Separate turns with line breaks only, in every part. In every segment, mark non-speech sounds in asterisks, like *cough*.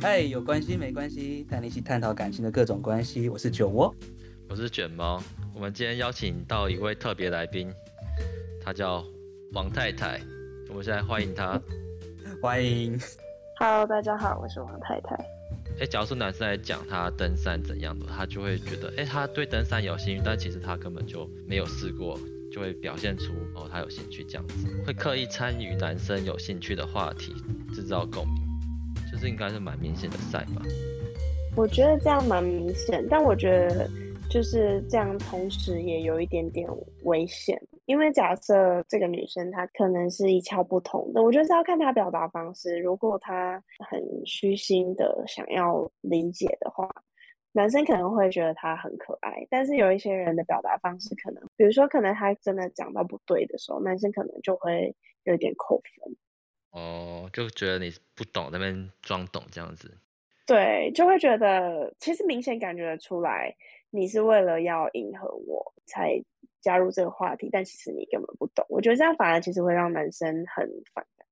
嗨，哎有关系没关系，带你一起探讨感情的各种关系。我是酒窝，
我是卷毛。我们今天邀请到一位特别来宾，她叫王太太。我们现在欢迎她。
欢迎。
Hello，大家好，我是王太太。
哎、假如说男生来讲他登山怎样的，他就会觉得，哎、他对登山有兴趣，但其实他根本就没有试过，就会表现出哦，他有兴趣这样子，会刻意参与男生有兴趣的话题，制造共鸣，就是应该是蛮明显的赛吧。
我觉得这样蛮明显，但我觉得就是这样，同时也有一点点危险，因为假设这个女生她可能是一窍不通的，我觉得是要看她表达方式。如果她很虚心的想要理解的话，男生可能会觉得她很可爱，但是有一些人的表达方式可能，比如说可能他真的讲到不对的时候，男生可能就会有一点扣分。
哦，就觉得你不懂，那边装懂这样子。
对，就会觉得其实明显感觉得出来，你是为了要迎合我才加入这个话题，但其实你根本不懂。我觉得这样反而其实会让男生很反感。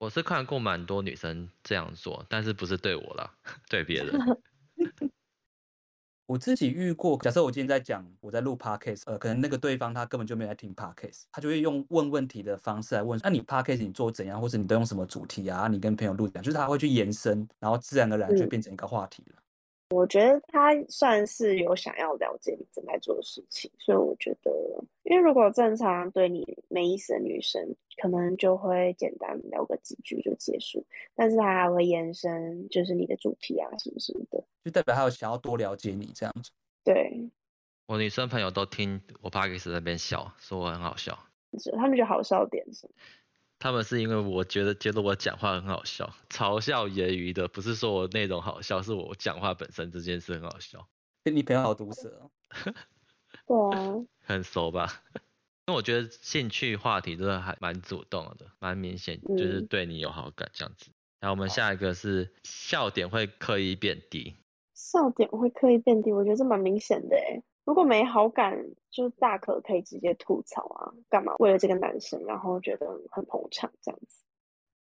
我是看过蛮多女生这样做，但是不是对我啦，对别人。
我自己遇过，假设我今天在讲，我在录 podcast，呃，可能那个对方他根本就没有在听 podcast，他就会用问问题的方式来问，那、啊你 podcast 你做怎样，或者你都用什么主题啊？你跟朋友录讲，就是他会去延伸，然后自然而然就
嗯
变成一个话题了。
我觉得他算是有想要了解你正在做的事情，所以我觉得，因为如果正常对你没意思的女生，可能就会简单聊个几句就结束，但是他还会延伸，就是你的主题啊什么什么的。
就代表他有想要多了解你这样子。
对，
我女生朋友都听我 p a d k a s 那边笑，说我很好笑。
是他们觉得好笑点是
他们是因为我觉得觉得我讲话很好笑，嘲笑揶揄的，不是说我内容好笑，是我讲话本身这件事很好笑，
你朋友好毒舌哦，
对啊。
很熟吧？ *laughs* 因为我觉得兴趣话题真的还蛮主动的，蛮明显，就是
嗯
对你有好感这样子。然后我们下一个是笑点会刻意变低，
笑点会刻意变低，我觉得这蛮明显的诶。如果没好感，就大可可以直接吐槽啊，干嘛为了这个男生，然后觉得很捧场这样子？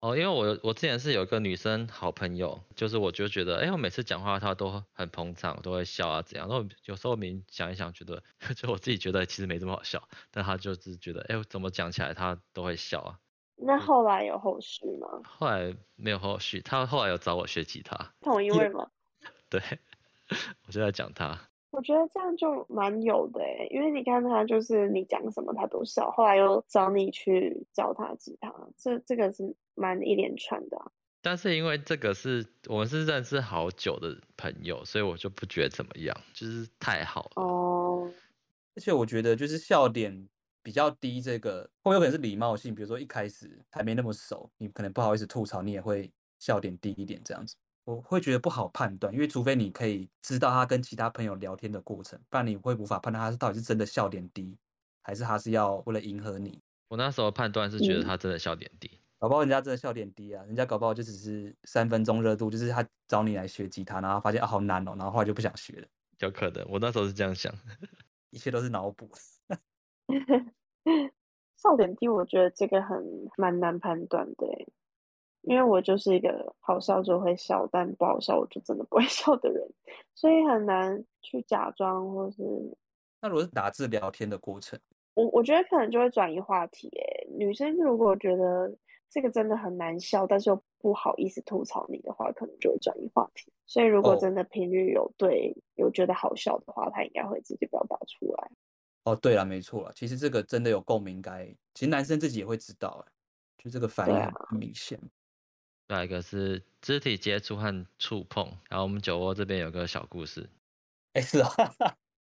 哦，因为我我之前是有一个女生好朋友，就是我就觉得，哎，我每次讲话她都很捧场，我都会笑啊怎样。然后有时候明想一想，觉得 *laughs* 就我自己觉得其实没这么好笑，但她就是觉得，哎，我怎么讲起来她都会笑啊。
那后来有后续吗？
后来没有后续，她后来有找我学吉他，
同一
有
位吗？
对， *laughs* 我就在讲她。
我觉得这样就蛮有的诶，因为你看他就是你讲什么他都笑，后来又找你去教他吉他，这这个是蛮一连串的啊。
但是因为这个是我们是认识好久的朋友，所以我就不觉得怎么样，就是太好了。
哦，
而且我觉得就是笑点比较低，这个会有可能是礼貌性，比如说一开始还没那么熟，你可能不好意思吐槽，你也会笑点低一点这样子。我会觉得不好判断，因为除非你可以知道他跟其他朋友聊天的过程，不然你会无法判断他是到底是真的笑点低，还是他是要为了迎合你。
我那时候判断是觉得
嗯
她真的笑点低。
搞不好人家真的笑点低啊，人家搞不好就只是三分钟热度，就是他找你来学吉他，然后发现啊好难哦，然后后来就不想学了，
有可能，我那时候是这样想。
一切都是脑补。 *laughs*
*laughs* 笑点低，我觉得这个很蛮难判断的欸，因为我就是一个好笑就会笑，但不好笑我就真的不会 *laughs* 笑的人，所以很难去假装或是
那如果是打字聊天的过程，
我我觉得可能就会转移话题诶。女生如果觉得这个真的很难笑，但是又不好意思吐槽你的话，可能就会转移话题。所以如果
哦
真的频率有对有觉得好笑的话，她应该会自己表达出来。
哦，对了，没错了，其实这个真的有共鸣该，其实男生自己也会知道，哎，就这个反应
对
很
啊
很明显。
下啊一个是肢体接触和触碰，然后我们酒窝这边有个小故事， *laughs*
哎，是哦，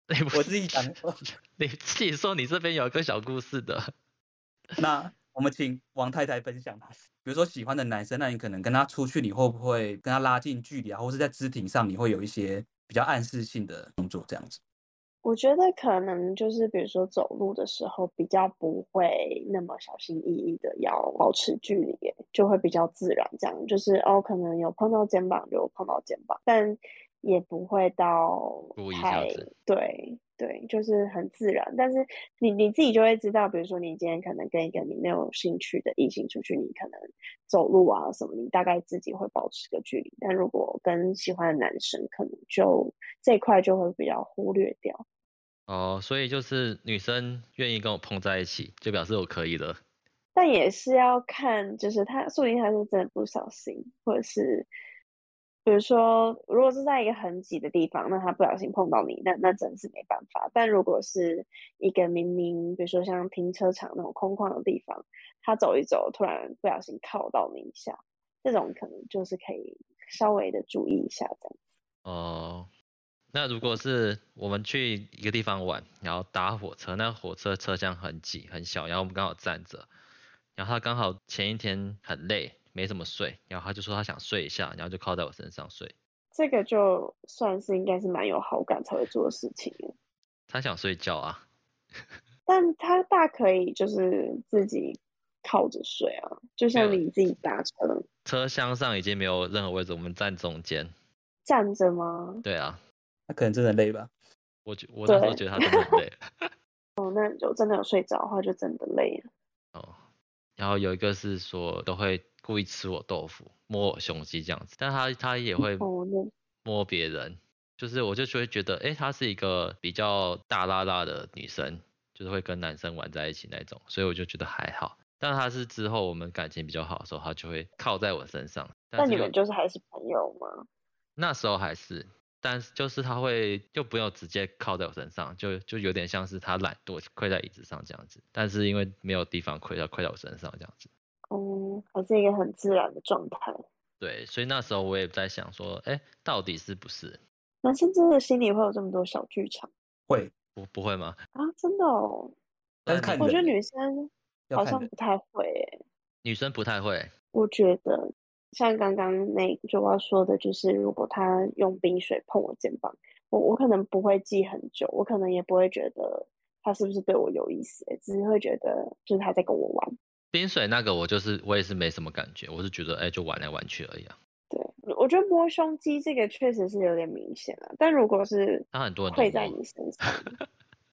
你不
*laughs* 我
是
自己讲过。
你自己说你这边有一个小故事的，
那我们请王太太分享吧。比如说喜欢的男生，那你可能跟他出去，你会不会跟他拉近距离啊，或是在肢体上你会有一些比较暗示性的动作这样子？
我觉得可能就是，比如说走路的时候比较不会那么小心翼翼的要保持距离耶，就会比较自然。这样就是哦，可能有碰到肩膀就有碰到肩膀，但也不会到
故意这样
太
子
对对，就是很自然。但是你你自己就会知道，比如说你今天可能跟一个你没有兴趣的异性出去，你可能走路啊什么，你大概自己会保持个距离。但如果跟喜欢的男生，可能就这一块就会比较忽略掉。
哦，所以就是女生愿意跟我碰在一起，就表示我可以了。
但也是要看，就是他，说不定他是真的不小心，或者是比如说，如果是在一个很挤的地方，那他不小心碰到你，那那真是没办法。但如果是一个明明，比如说像停车场那种空旷的地方，他走一走，突然不小心靠到你一下，这种可能就是可以稍微的注意一下这样。
哦，那如果是我们去一个地方玩，然后搭火车，那火车车厢很挤很小，然后我们刚好站着，然后他刚好前一天很累，没怎么睡，然后他就说他想睡一下，然后就靠在我身上睡，
这个就算是应该是蛮有好感才会做的事情了。
他想睡觉啊。
但他大可以就是自己靠着睡啊，就像
嗯
没有
你自己搭车
车厢上已经没有任何位置，我们站中间。
站着吗？
对啊，
他可能真的累吧？
我觉我那时候觉
对
得他真的很
*laughs*
累。
哦，那就真的有睡着的话，就真的累啊了。
哦，然后有一个是说都会故意吃我豆腐、摸我胸肌这样子，但他他也会
嗯
哦，那
摸别人，就是我就就会觉得，诶，她是一个比较大辣辣的女生，就是会跟男生玩在一起那种，所以我就觉得还好。但她是之后我们感情比较好的时候，她就会靠在我身上，但
那
是
你
又
们就是还是朋友吗？
那时候还是，但是就是她会就不用直接靠在我身上，就就有点像是她懒惰跪在椅子上这样子，但是因为没有地方跪，她跪在我身上这样子。
哦，还是一个很自然的状态。
对，所以那时候我也在想说，诶，到底是不是？
男生真的心里会有这么多小剧场
会，
不不会吗？
啊？真的哦，
但是
那
看
你
我觉得
人
女生
要
好
看
像
人
不太会诶。
女生不太会，
我觉得像刚刚那九要说的，就是如果他用冰水碰我肩膀，我我可能不会记很久，我可能也不会觉得他是不是对我有意思，欸只是会觉得就是他在跟我玩。
冰水那个我就是我也是没什么感觉，我是觉得哎、就玩来玩去而已啊。
对，我觉得摸胸肌这个确实是有点明显了，但如果是
他很多人都
会在
摸
你身上，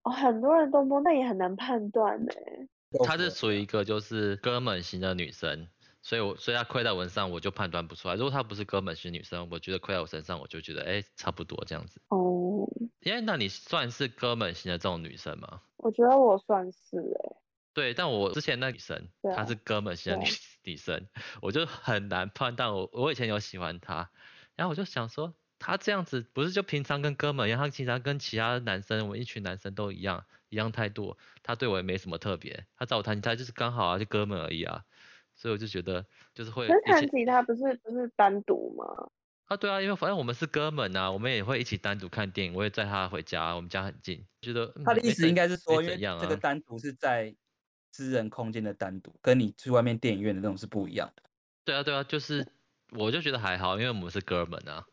哦，很多人都摸，那也很难判断欸呢、
她是属于一个就是哥们型的女生，所以我所以她跪在我身上我就判断不出来。如果她不是哥们型女生，我觉得跪在我身上我就觉得哎、差不多这样子。
哦，
因为哎那你算是哥们型的这种女生吗？
我觉得我算是哎、
对，但我之前那女生
对
她
啊
是哥们型的女
对
女 *laughs* 生，我就很难判断我我以前有喜欢她，然后我就想说。她这样子不是就平常跟哥们一样，她平常跟其他男生，我们一群男生都一样，一样态度，他对我也没什么特别，他找我弹吉他就是刚好啊，就哥们而已啊，所以我就觉得就是会
可是
一
弹
起
吉他不是不是单独吗？
啊，对啊，因为反正我们是哥们啊，我们也会一起单独看电影，我也载他回家，我们家很近，觉得嗯
他的意思应该是说，因为
怎样
这个
啊
单独是在私人空间的单独，跟你去外面电影院的那种是不一样的。
对啊对啊，就是我就觉得还好，因为我们是哥们啊，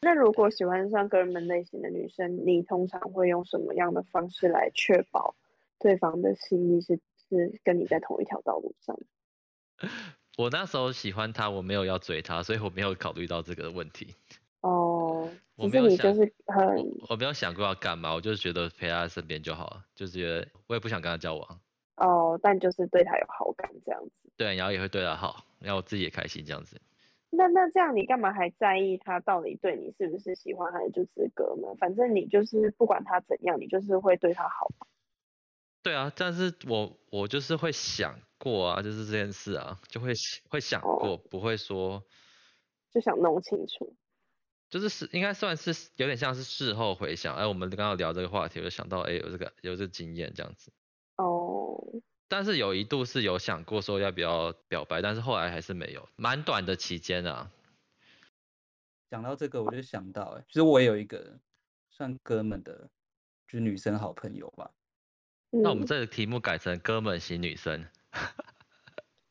那如果喜欢上哥们类型的女生，你通常会用什么样的方式来确保对方的心意是是跟你在同一条道路上？
我那时候喜欢他，我没有要追他，所以我没有考虑到这个问题。
哦，
我没
只是
有
你
想
就是
我
很
我没有想过要干嘛，我就觉得陪他在身边就好了，就是觉得我也不想跟他交往，
哦，但就是对他有好感这样子。
对，啊然后也会对他好，然后我自己也开心这样子。
那那这样你干嘛还在意他到底对你是不是喜欢，还是就是哥们？反正你就是不管他怎样，你就是会对他好。
对啊，但是我我就是会想过啊，就是这件事啊，就会会想过，不会说
就想弄清楚，
就是是应该算是有点像是事后回想，哎，我们刚刚聊这个话题，我就想到哎有这个有这个经验这样子，
哦，
但是有一度是有想过说要不要表白，但是后来还是没有，蛮短的期间啊，
讲到这个，我就想到、欸，其实我也有一个算哥们的，就是女生好朋友吧。
那我们
嗯，
这个题目改成哥们型女生，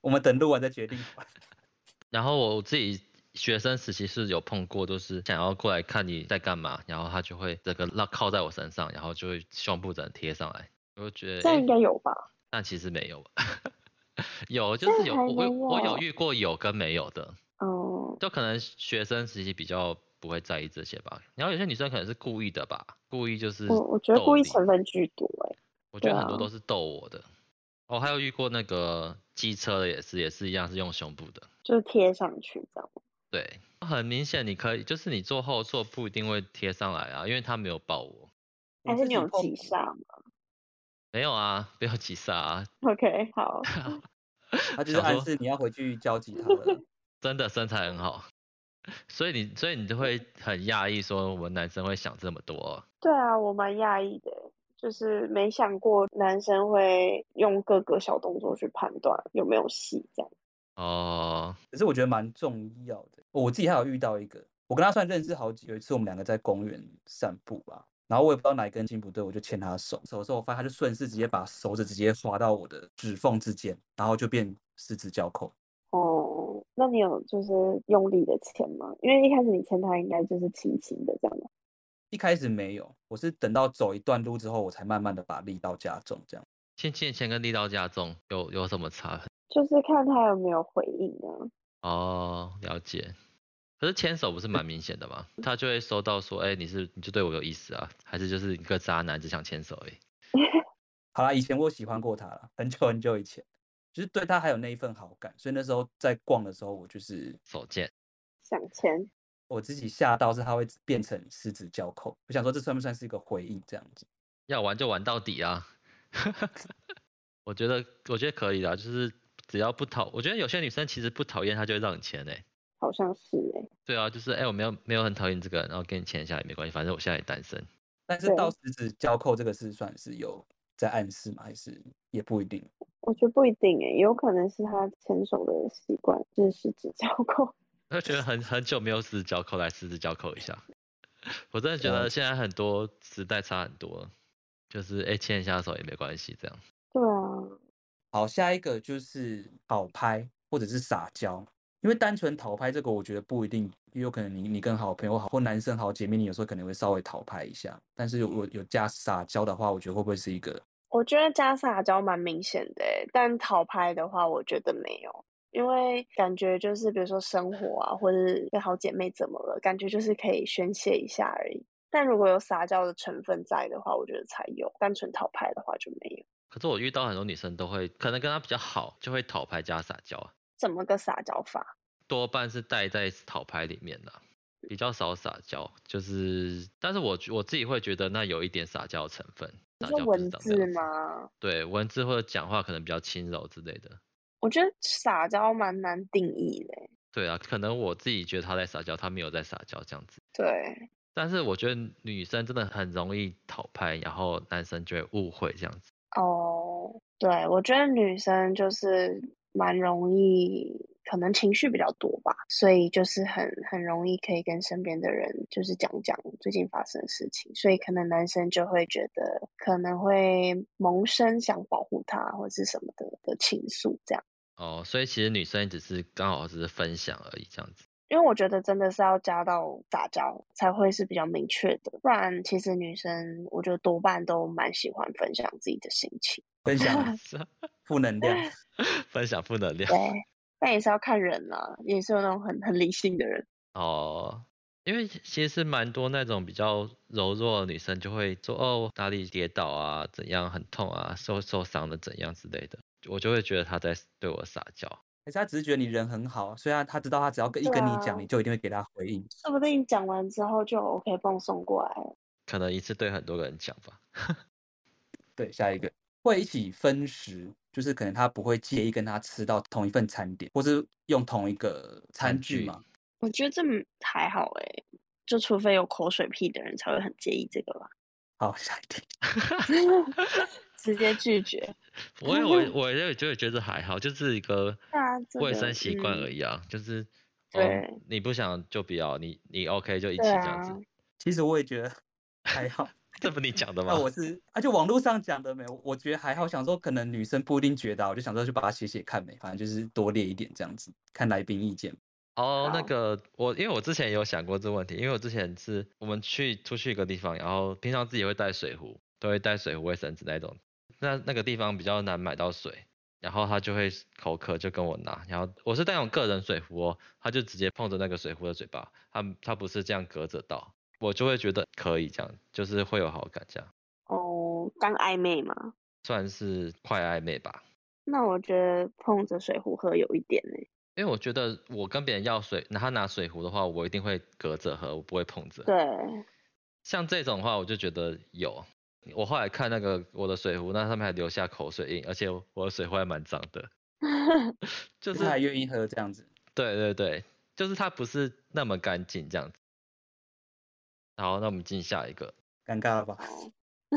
我们等录完再决定吧。
然后我自己学生时期是有碰过，就是想要过来看你在干嘛，然后他就会整个拉靠在我身上，然后就会胸部整个贴上来，我就觉
这
得，
样
诶
应该有吧？
但其实没有， *laughs* 有
这
就是
样
有
还啊
我有
没
我有
有
遇过有跟没有的，
哦，
就可能学生时期比较不会在意这些吧。然后有些女生可能是故意的吧，故意就是
我我觉得
逗
故意
你
成分居多哎、
我觉
对
得很多
啊
都是逗我的。我、还有遇过那个机车的，也是也是一样是用胸部的。
就是贴上去这样。
对，很明显你可以，就是你坐后座不一定会贴上来啊，因为他没有抱我。
*laughs* 我
还
自
是你
己
有
碰
急刹吗
没有啊，不要急刹啊，
？OK，好，
他就是
想
暗
说
示你要回去教吉他了啦。
真的身材很好。 *laughs* 所以你，所以你就会很讶异，说我们男生会想这么多哦、
对啊，我蛮讶异的，就是没想过男生会用各个小动作去判断有没有戏这样。
哦，
可是我觉得蛮重要的。我自己还有遇到一个，我跟他算认识好几，有一次我们两个在公园散步吧，然后我也不知道哪一根筋不对，我就牵他手，手的时候我发现他就顺势直接把手指直接滑到我的指缝之间，然后就变十指交扣。
哦，那你有就是用力的牵吗？因为一开始你牵他应该就是轻轻的这样吧。
一开始没有，我是等到走一段路之后，我才慢慢的把力道加重，这样。
亲亲前跟力道加重有有什么差？
就是看他有没有回应啊。
哦，了解。可是牵手不是蛮明显的吗？他就会收到说，哎、你是你就对我有意思啊，还是就是一个渣男只想牵手而已？
好啦，以前我喜欢过他了，很久很久以前，就是对他还有那一份好感，所以那时候在逛的时候，我就是
手贱，
想牵，
我自己吓到是他会变成十指交扣，我想说这算不算是一个回应这样子？
要玩就玩到底啊！ *laughs* 我觉得我觉得可以的，就是只要不讨，我觉得有些女生其实不讨厌她就会让你牵诶、欸
好像是哎、
对啊，就是哎、我没有没有很讨厌这个人，然后跟你牵一下也没关系，反正我现在也单身。
但是
对
到十指交扣这个是算是有在暗示吗？还是也不一定？
我觉得不一定哎、有可能是他牵手的习惯，就是十指交扣。
我就觉得很很久没有十指交扣来十指交扣一下， *laughs* 我真的觉
啊
了
得现在很多时代差很多了，就是哎牵、一下手也没关系这样。
*laughs* 对啊，
好，下一个就是讨拍或者是撒娇，因为单纯讨拍这个我觉得不一定，也有可能你你跟好朋友好或男生好姐妹，你有时候可能会稍微讨拍一下，但是有我有加撒娇的话，我觉得会不会是一个
我觉得加撒娇蛮明显的欸、但讨拍的话，我觉得没有，因为感觉就是比如说生活啊，或者是跟好姐妹怎么了，感觉就是可以宣泄一下而已。但如果有撒娇的成分在的话，我觉得才有；单纯讨拍的话就没有。
可是我遇到很多女生都会，可能跟她比较好，就会讨拍加撒娇啊，
怎么个撒娇法？
多半是带在讨拍里面的啊，比较少撒娇。就是，但是我觉我自己会觉得那有一点撒娇的成分，
你
撒
说
娇不是
文
长这
字
样子？
吗？
对，文字或者讲话可能比较轻柔之类的。
我觉得撒娇蛮难定义的欸、
对啊，可能我自己觉得他在撒娇，他没有在撒娇这样子。
对，
但是我觉得女生真的很容易讨拍，然后男生就会误会这样子。
哦，对，我觉得女生就是蛮容易，可能情绪比较多吧，所以就是很很容易可以跟身边的人就是讲讲最近发生的事情，所以可能男生就会觉得可能会萌生想保护她或是什么的的情愫这样。
哦，所以其实女生只是刚好只是分享而已这样子。
因为我觉得真的是要加到撒娇才会是比较明确的，不然其实女生我觉得多半都蛮喜欢分享自己的心情。
分享负能量？
*laughs* 分享负能量
对，但也是要看人啦、也是有那种很很理性的人。
哦，因为其实蛮多那种比较柔弱的女生就会说哦哪里跌倒啊，怎样很痛啊，受受伤了怎样之类的，我就会觉得她在对我撒娇。
还是他只是觉得你人很好，虽然他知道他只要跟一
对
跟你
啊
讲，你就一定会给他回应。
说不定讲完之后就 OK 泵送过来了。
可能一次对很多个人讲吧。
对，下一个会一起分食，就是可能他不会介意跟他吃到同一份餐点，或是用同一个餐
餐
具
具
嘛。
我觉得这么还好诶、就除非有口水屁的人才会很介意这个 *laughs* 吧，
好， *laughs* 下一题。
直接拒绝。
我也
*laughs*
我也我也就觉得还好，就是一个
对啊这
卫
个
生习惯而
嗯
已啊，就是
对
哦，你不想就不要，你你 OK 就一起
对
这样
啊
子，，
其实我也觉得还好，
这不你讲
*laughs* 哦
的吗
那？我是，而且网络上讲的没，有，我觉得还好。想说可能女生不一定觉得啊，我就想说去把它写写看没，反正就是多列一点这样子，看来宾意见。
哦，那
好
个我因为我之前也有想过这个问题，因为我之前是我们去出去一个地方，然后平常自己会带水壶，都会带水壶、卫生纸那种，那那个地方比较难买到水，然后他就会口渴，就跟我拿。然后我是带那种个人水壶哦，他就直接碰着那个水壶的嘴巴，他他不是这样隔着倒，我就会觉得可以这样，就是会有好感这样，
哦，当暧昧嘛。
算是快暧昧吧。
那我觉得碰着水壶喝有一点欸呢、
因为我觉得我跟别人要水，他拿水壶的话，我一定会隔着喝，我不会碰着。
对，
像这种话，我就觉得有。我后来看那个我的水壶，那上面还留下口水印，而且我的水壶还蛮脏的，
就
就
是是还愿意喝这样子。
对对对，就是它不是那么干净这样子。好，那我们进下一个，
尴尬了吧？ *laughs*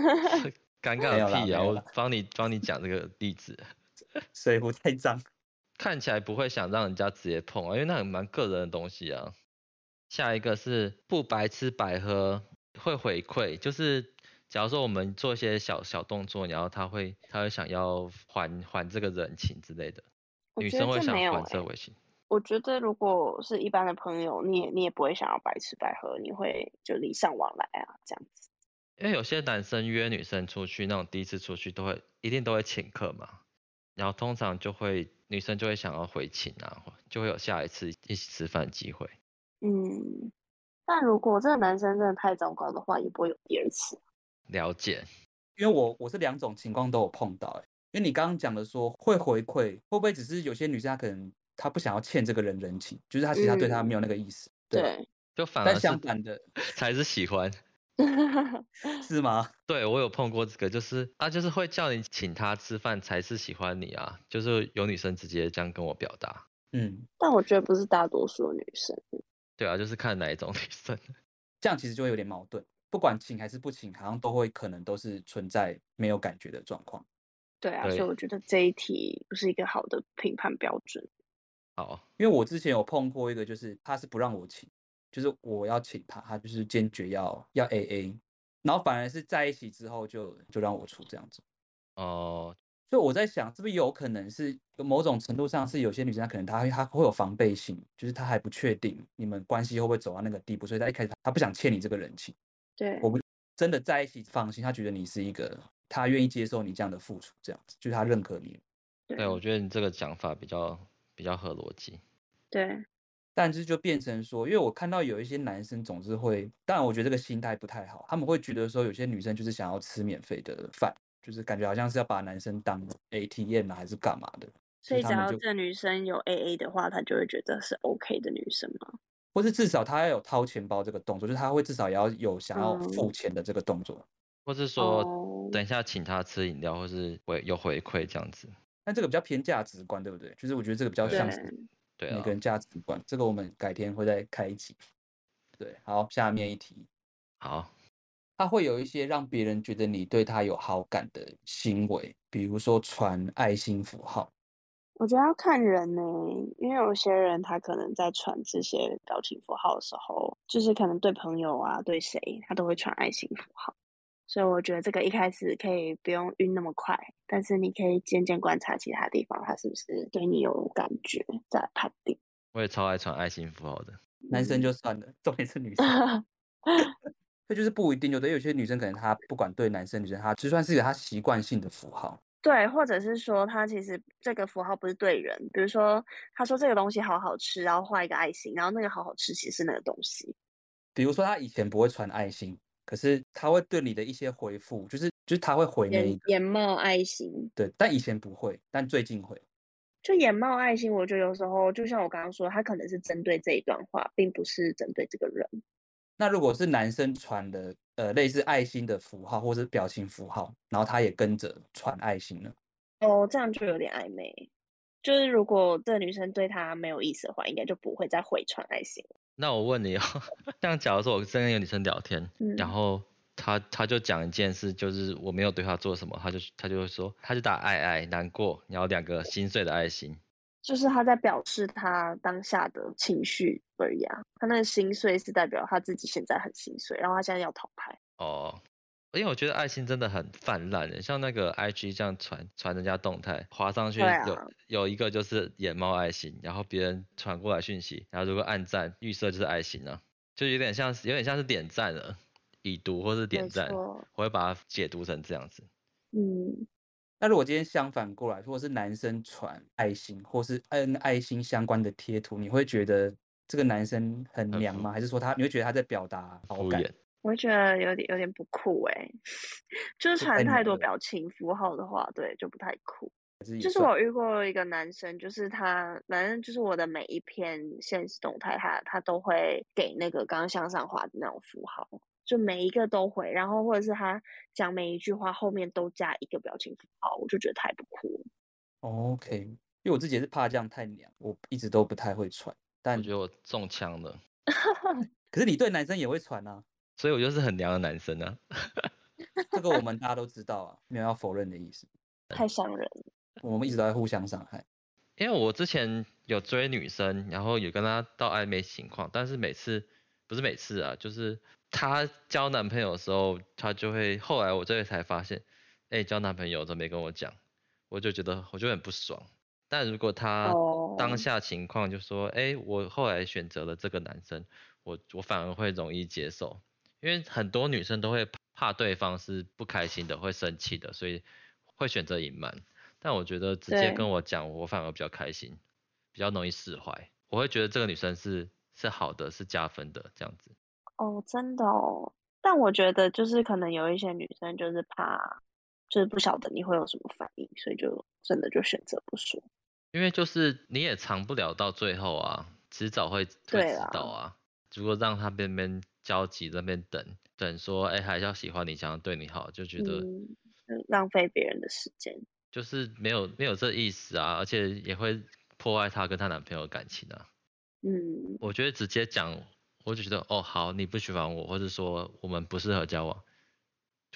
没
尴尬
有
个
啦
屁啊！
没有
我
啦
帮你帮你讲这个例子，
水壶太脏，
看起来不会想让人家直接碰啊，因为那很蛮个人的东西啊。下一个是不白吃白喝，会回馈，就是假如说我们做一些小小动作，然后他会他会想要还还这个人情之类的，
我
女
觉得
生会
这
想
没有
还
欸
这回情。
我觉得如果是一般的朋友，你也你也不会想要白吃白喝，你会就礼尚往来啊，这样子。
因为有些男生约女生出去，那种第一次出去都会一定都会请客嘛，然后通常就会女生就会想要回请啊，或就会有下一次一起吃饭的机会。
嗯，但如果这个男生真的太糟糕的话，也不会有第二次。
了解，
因为我我是两种情况都有碰到、欸。因为你刚刚讲的说会回馈，会不会只是有些女生她可能她不想要欠这个人人情，就是她其实她对他
嗯
没有那个意思，对吧？
对，
就反而
但
是
相反的
才是喜欢。
是吗？
对我有碰过这个，就是他就是会叫你请他吃饭才是喜欢你啊，就是有女生直接这样跟我表达。
嗯，
*laughs* 但我觉得不是大多数的女生。
对啊，就是看哪一种女 *laughs* 生。
这样其实就会有点矛盾。不管请还是不请，好像都会可能都是存在没有感觉的状况。
对啊，所以
对
我觉得这一题不是一个好的评判标准。
好，
因为我之前有碰过一个，就是他是不让我请，就是我要请他，他就是坚决要要 A A，然后反而是在一起之后就就让我出这样子。
哦、
所以我在想，是不是有可能是某种程度上是有些女生她可能她会她会有防备心，就是她还不确定你们关系会不会走到那个地步，所以她一开始她不想欠你这个人情。
对，
真的在一起放心，她觉得你是一个她愿意接受你这样的付出，这样子就是她认可你。
对，我
对，
觉得你这个讲法比较比较合逻辑。
对，
但是就变成说，因为我看到有一些男生总是会，当然我觉得这个心态不太好，他们会觉得说有些女生就是想要吃免费的饭，就是感觉好像是要把男生当 ATM 啊还是干嘛的，
所以
他
只
们
要
就
这女生有 AA 的话，她就会觉得是 OK 的女生嘛。
或是至少他要有掏钱包这个动作，就是他会至少也要有想要付
嗯
钱的这个动作。
或是说、
哦，
等一下请他吃饮料，或是回有回馈这样子。
但这个比较偏价值观，对不对？就是我觉得这个比较
对
像
对
是
对
每
啊
个，人价值观，这个我们改天会再开一集。对，好，下面一题，
好，
他会有一些让别人觉得你对他有好感的行为，比如说传爱心符号。
我觉得要看人呢、因为有些人他可能在传这些表情符号的时候，就是可能对朋友啊，对谁，他都会传爱心符号。所以我觉得这个一开始可以不用晕那么快，但是你可以渐渐观察其他地方，他是不是对你有感觉，再来判定。
我也超爱传爱心符号的。
男生
*laughs* 嗯
就算了，重点是女生，
*laughs*
这就是不一定。有的有些女生可能她不管对男生女生，她就算是一个她习惯性的符号。
对，或者是说他其实这个符号不是对人，比如说他说这个东西好好吃，然后画一个爱心，然后那个好好吃其实是那个东西。
比如说他以前不会传爱心，可是他会对你的一些回复，就是就是他会回那一
眼
个，
眼冒爱心，
对，但以前不会，但最近会，
就眼冒爱心，我觉得有时候就像我刚刚说，他可能是针对这一段话，并不是针对这个人。
那如果是男生传的，呃，类似爱心的符号或是表情符号，然后他也跟着传爱心了，
哦，这样就有点暧昧。就是如果这个女生对他没有意思的话，应该就不会再回传爱心。
那我问你哦， *laughs* 像假如说我真跟一个女生聊天，
嗯，
然后她她就讲一件事，就是我没有对她做什么，她就她就会说，她就打爱爱难过，然后两个心碎的爱心。
就是他在表示他当下的情绪而已啊。他那个心碎是代表他自己现在很心碎，然后他现在要逃牌。
哦，因为我觉得爱心真的很泛滥的，像那个 IG 这样传传人家动态，划上去有、
对啊
有一个就是眼猫爱心，然后别人传过来讯息，然后如果按赞，预设就是爱心啊，就有点像是有点像是点赞了，已读或是
没
点赞，
错，
我会把它解读成这样子。
嗯，
那如果今天相反过来，如果是男生传爱心或是跟爱心相关的贴图，你会觉得这个男生很
很
娘
敷
吗？还是说他你会觉得他在表达好
敷
感？
衍，
我会觉得有点有点不酷哎、就
就
是传
太
太
娘
多
了
表情符号的话，对，就不太酷。
还是也
就是
算
我遇过一个男生，就是他，反正就是我的每一篇现实动态他，他都会给那个刚刚向上画的那种符号，就每一个都会，然后或者是他讲每一句话后面都加一个表情符号，我就觉得太不酷了。
OK，因为我自己也是怕这样太娘，我一直都不太会传。但
我觉得我中枪了，
可是你对男生也会传啊，
所以我就是很娘的男生啊。
这个我们大家都知道啊，没有要否认的意思。
太伤人了，
我们一直都在互相伤害。
因为我之前有追女生，然后有跟她到暧昧情况，但是每次不是每次啊，就是她交男朋友的时候，她就会后来我这里才发现，哎、交男朋友怎么没跟我讲？我就觉得我就很不爽。但如果她啊
哦
当下情况就说，哎、我后来选择了这个男生，我我反而会容易接受，因为很多女生都会怕对方是不开心的，会生气的，所以会选择隐瞒。但我觉得直接
对
跟我讲，我反而比较开心，比较容易释怀。我会觉得这个女生是是好的，是加分的这样子。
哦，真的哦。但我觉得就是可能有一些女生就是怕，就是不晓得你会有什么反应，所以就真的就选择不说。
因为就是你也藏不了到最后啊，迟早会会
对
知
啦
道啊。如果让他边边焦急在那边等等说，哎、还是要喜欢你，想要对你好，就觉得
嗯，就浪费别人的时间。
就是没有没有这意思啊，而且也会破坏她跟她男朋友的感情啊。
嗯，
我觉得直接讲，我就觉得哦，好，你不喜欢我，或者说我们不适合交往，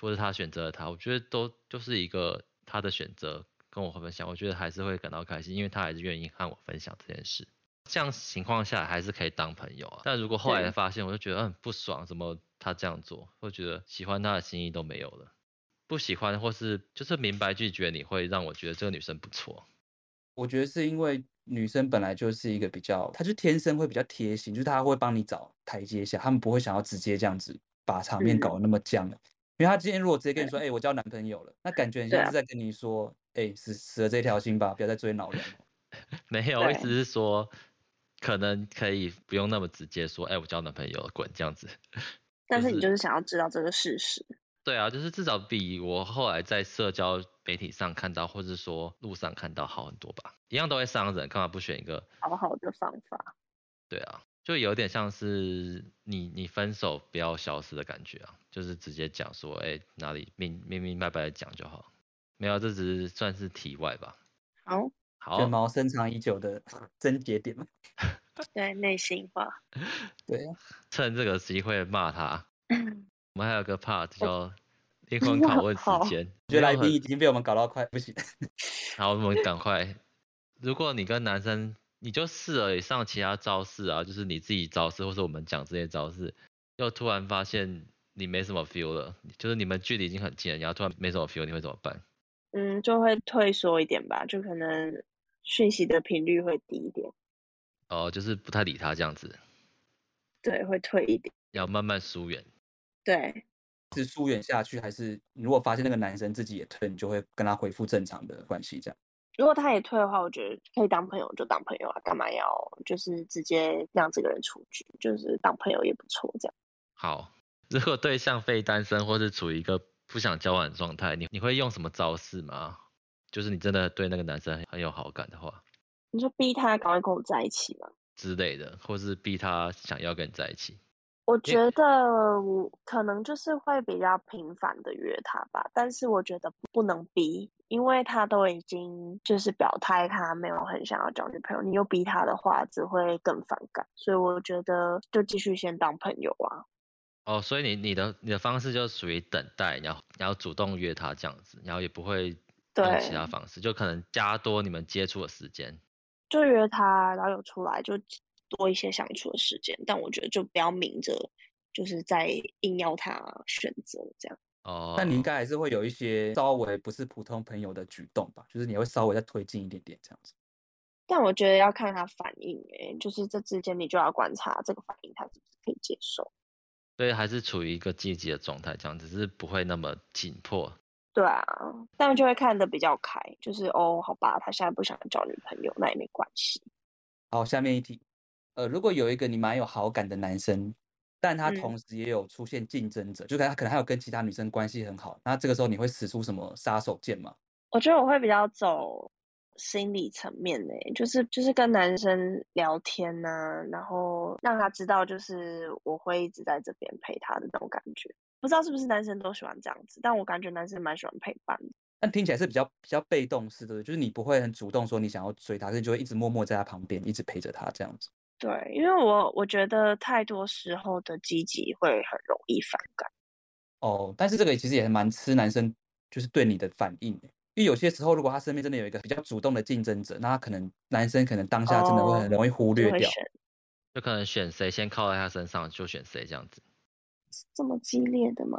或者他选择了他，我觉得都就是一个他的选择，跟我分享，我觉得还是会感到开心，因为他还是愿意和我分享这件事。这样情况下还是可以当朋友啊。但如果后来
对
才发现，我就觉得嗯不爽，怎么他这样做，会觉得喜欢他的心意都没有了，不喜欢或是就是明白拒绝你会让我觉得这个女生不错。
我觉得是因为女生本来就是一个比较，她就天生会比较贴心，就是她会帮你找台阶下，她们不会想要直接这样子把场
嗯
面搞得那么僵。因为她今天如果直接跟你说，哎、我交男朋友了，那感觉很
对
像
啊
是在跟你说，哎、死死了这条心吧，不要再追老人
*laughs*
了。
没有，我意
对
思是说，可能可以不用那么直接说，哎、我交男朋友了，滚这样子。
但
就是
你
是
就是想要知道这个事实。
对啊，就是至少比我后来在社交媒体上看到，或是说路上看到好很多吧。一样都会伤人，干嘛不选一个？
好好的方法，
对啊，就有点像是你你分手不要消失的感觉啊，就是直接讲说，哎、哪里明明明白白的讲就好。没有，这只是算是题外吧。
好，
卷
好，
毛深藏已久的 *laughs* 症结点嘛。
对内心话，
对啊，
趁这个机会骂
*laughs*
他。我们还有个 part 叫灵魂
哦哇
拷问
好
时间，
我觉得
没
来
有很
宾已经被我们搞到快不行。
好，我们赶快。如果你跟男生，你就试了以上其他招式啊，就是你自己招式，或是我们讲这些招式，又突然发现你没什么 feel 了，就是你们距离已经很近了，然后突然没什么 feel，你会怎么办？
嗯，就会退缩一点吧，就可能讯息的频率会低一点，
哦、就是不太理他这样子，
对，会退一点，
要慢慢疏远。
对，
是疏远下去，还是你如果发现那个男生自己也退，你就会跟他恢复正常的关系这样？
如果他也退的话，我觉得可以当朋友就当朋友啊，干嘛要就是直接让这个人出局？就是当朋友也不错，这样。
好，如果对象非单身或是处于一个不想交往的状态，你你会用什么招式吗？就是你真的对那个男生很很有好感的话
你说逼他赶快跟我在一起嘛？
之类的，或是逼他想要跟你在一起。
我
因
觉得我可能就是会比较频繁的约他吧，但是我觉得不能逼，因为他都已经就是表态他没有很想要交女朋友，你又逼他的话只会更反感，所以我觉得就继续先当朋友啊。
哦，所以你你的你的方式就属于等待，然后然后主动约他这样子，然后也不会用其
对
他方式，就可能加多你们接触的时间。
就约他，然后有出来就多一些相处的时间，但我觉得就不要明着就是在硬要他选择这样。
哦，
但你应该还是会有一些稍微不是普通朋友的举动吧，就是你会稍微再推进一点点这样子。
但我觉得要看他反应、欸，就是这之间你就要观察这个反应他是不是可以接受。
所以还是处于一个积极的状态，这样只是不会那么紧迫。
对啊，但就会看得比较开，就是哦，好吧，他现在不想交女朋友，那也没关系。
好，下面一题，呃，如果有一个你蛮有好感的男生，但他
嗯
同时也有出现竞争者，就可能他可能还有跟其他女生关系很好，那这个时候你会使出什么杀手锏吗？
我觉得我会比较走心理层面的欸，就是就是跟男生聊天呐、然后让他知道，就是我会一直在这边陪他的那种感觉。不知道是不是男生都喜欢这样子，但我感觉男生蛮喜欢陪伴的。
但听起来是比较比较被动式的，就是你不会很主动说你想要追他，可是你就会一直默默在他旁边，一直陪着他这样子。
对，因为我我觉得太多时候的积极会很容易反感。
哦，但是这个其实也蛮吃男生就是对你的反应的，因为有些时候如果他身边真的有一个比较主动的竞争者，那他可能男生可能当下真的会
哦
很容易忽
就
略
会
掉。
选
就可能选谁先靠在他身上就选谁这样子。
这么激烈的吗？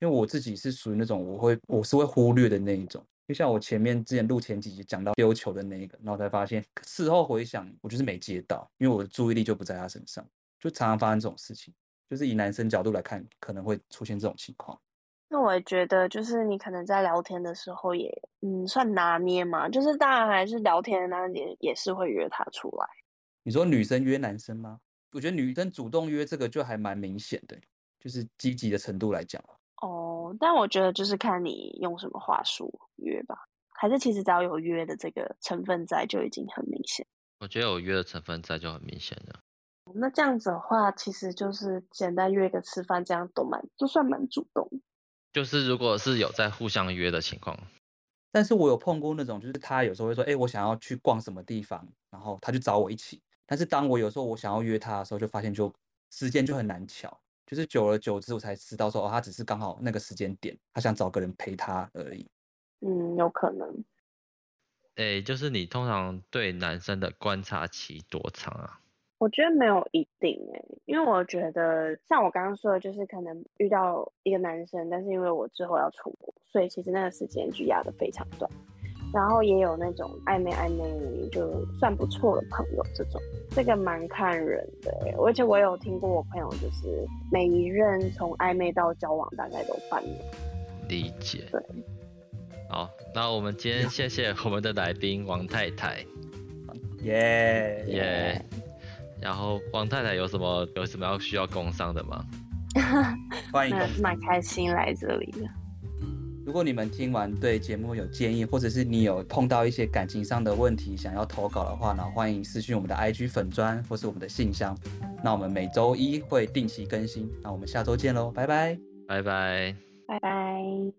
因为我自己是属于那种我会我是会忽略的那一种，就像我前面之前录前几集讲到丢球的那一个，然后才发现事后回想我就是没接到，因为我的注意力就不在他身上，就常常发生这种事情。就是以男生角度来看，可能会出现这种情况。
那我也觉得，就是你可能在聊天的时候也，嗯，算拿捏嘛。就是当然还是聊天，当然也也是会约他出来。
你说女生约男生吗？我觉得女生主动约这个就还蛮明显的，就是积极的程度来讲。啊
哦，但我觉得就是看你用什么话术约吧，还是其实只要有约的这个成分在，就已经很明显。
我觉得有约的成分在就很明显了。
那这样子的话，其实就是简单约个吃饭，这样都蛮都算蛮主动。
就是如果是有在互相约的情况，
但是我有碰过那种，就是他有时候会说，哎、我想要去逛什么地方，然后他就找我一起。但是当我有时候我想要约他的时候，就发现就时间就很难巧，就是久而久之我才知道说，哦，他只是刚好那个时间点，他想找个人陪他而已。
嗯，有可能。
诶，就是你通常对男生的观察期多长啊？
我觉得没有一定诶、因为我觉得像我刚刚说的，就是可能遇到一个男生，但是因为我之后要出国，所以其实那个时间就压得非常短。然后也有那种暧昧暧昧就算不错的朋友这种，这个蛮看人的欸、而且我有听过我朋友，就是每一任从暧昧到交往大概都半年。
理解
对。
好，那我们今天谢谢我们的来宾王太太，
耶、
耶、然后王太太有什么有什么要需要工商的吗？
欢迎
那
公司。
蛮开心来这里的。
如果你们听完对节目有建议，或者是你有碰到一些感情上的问题想要投稿的话呢，欢迎私讯我们的 IG 粉砖或是我们的信箱。那我们每周一会定期更新，那我们下周见喽，拜拜。
拜拜。
拜拜。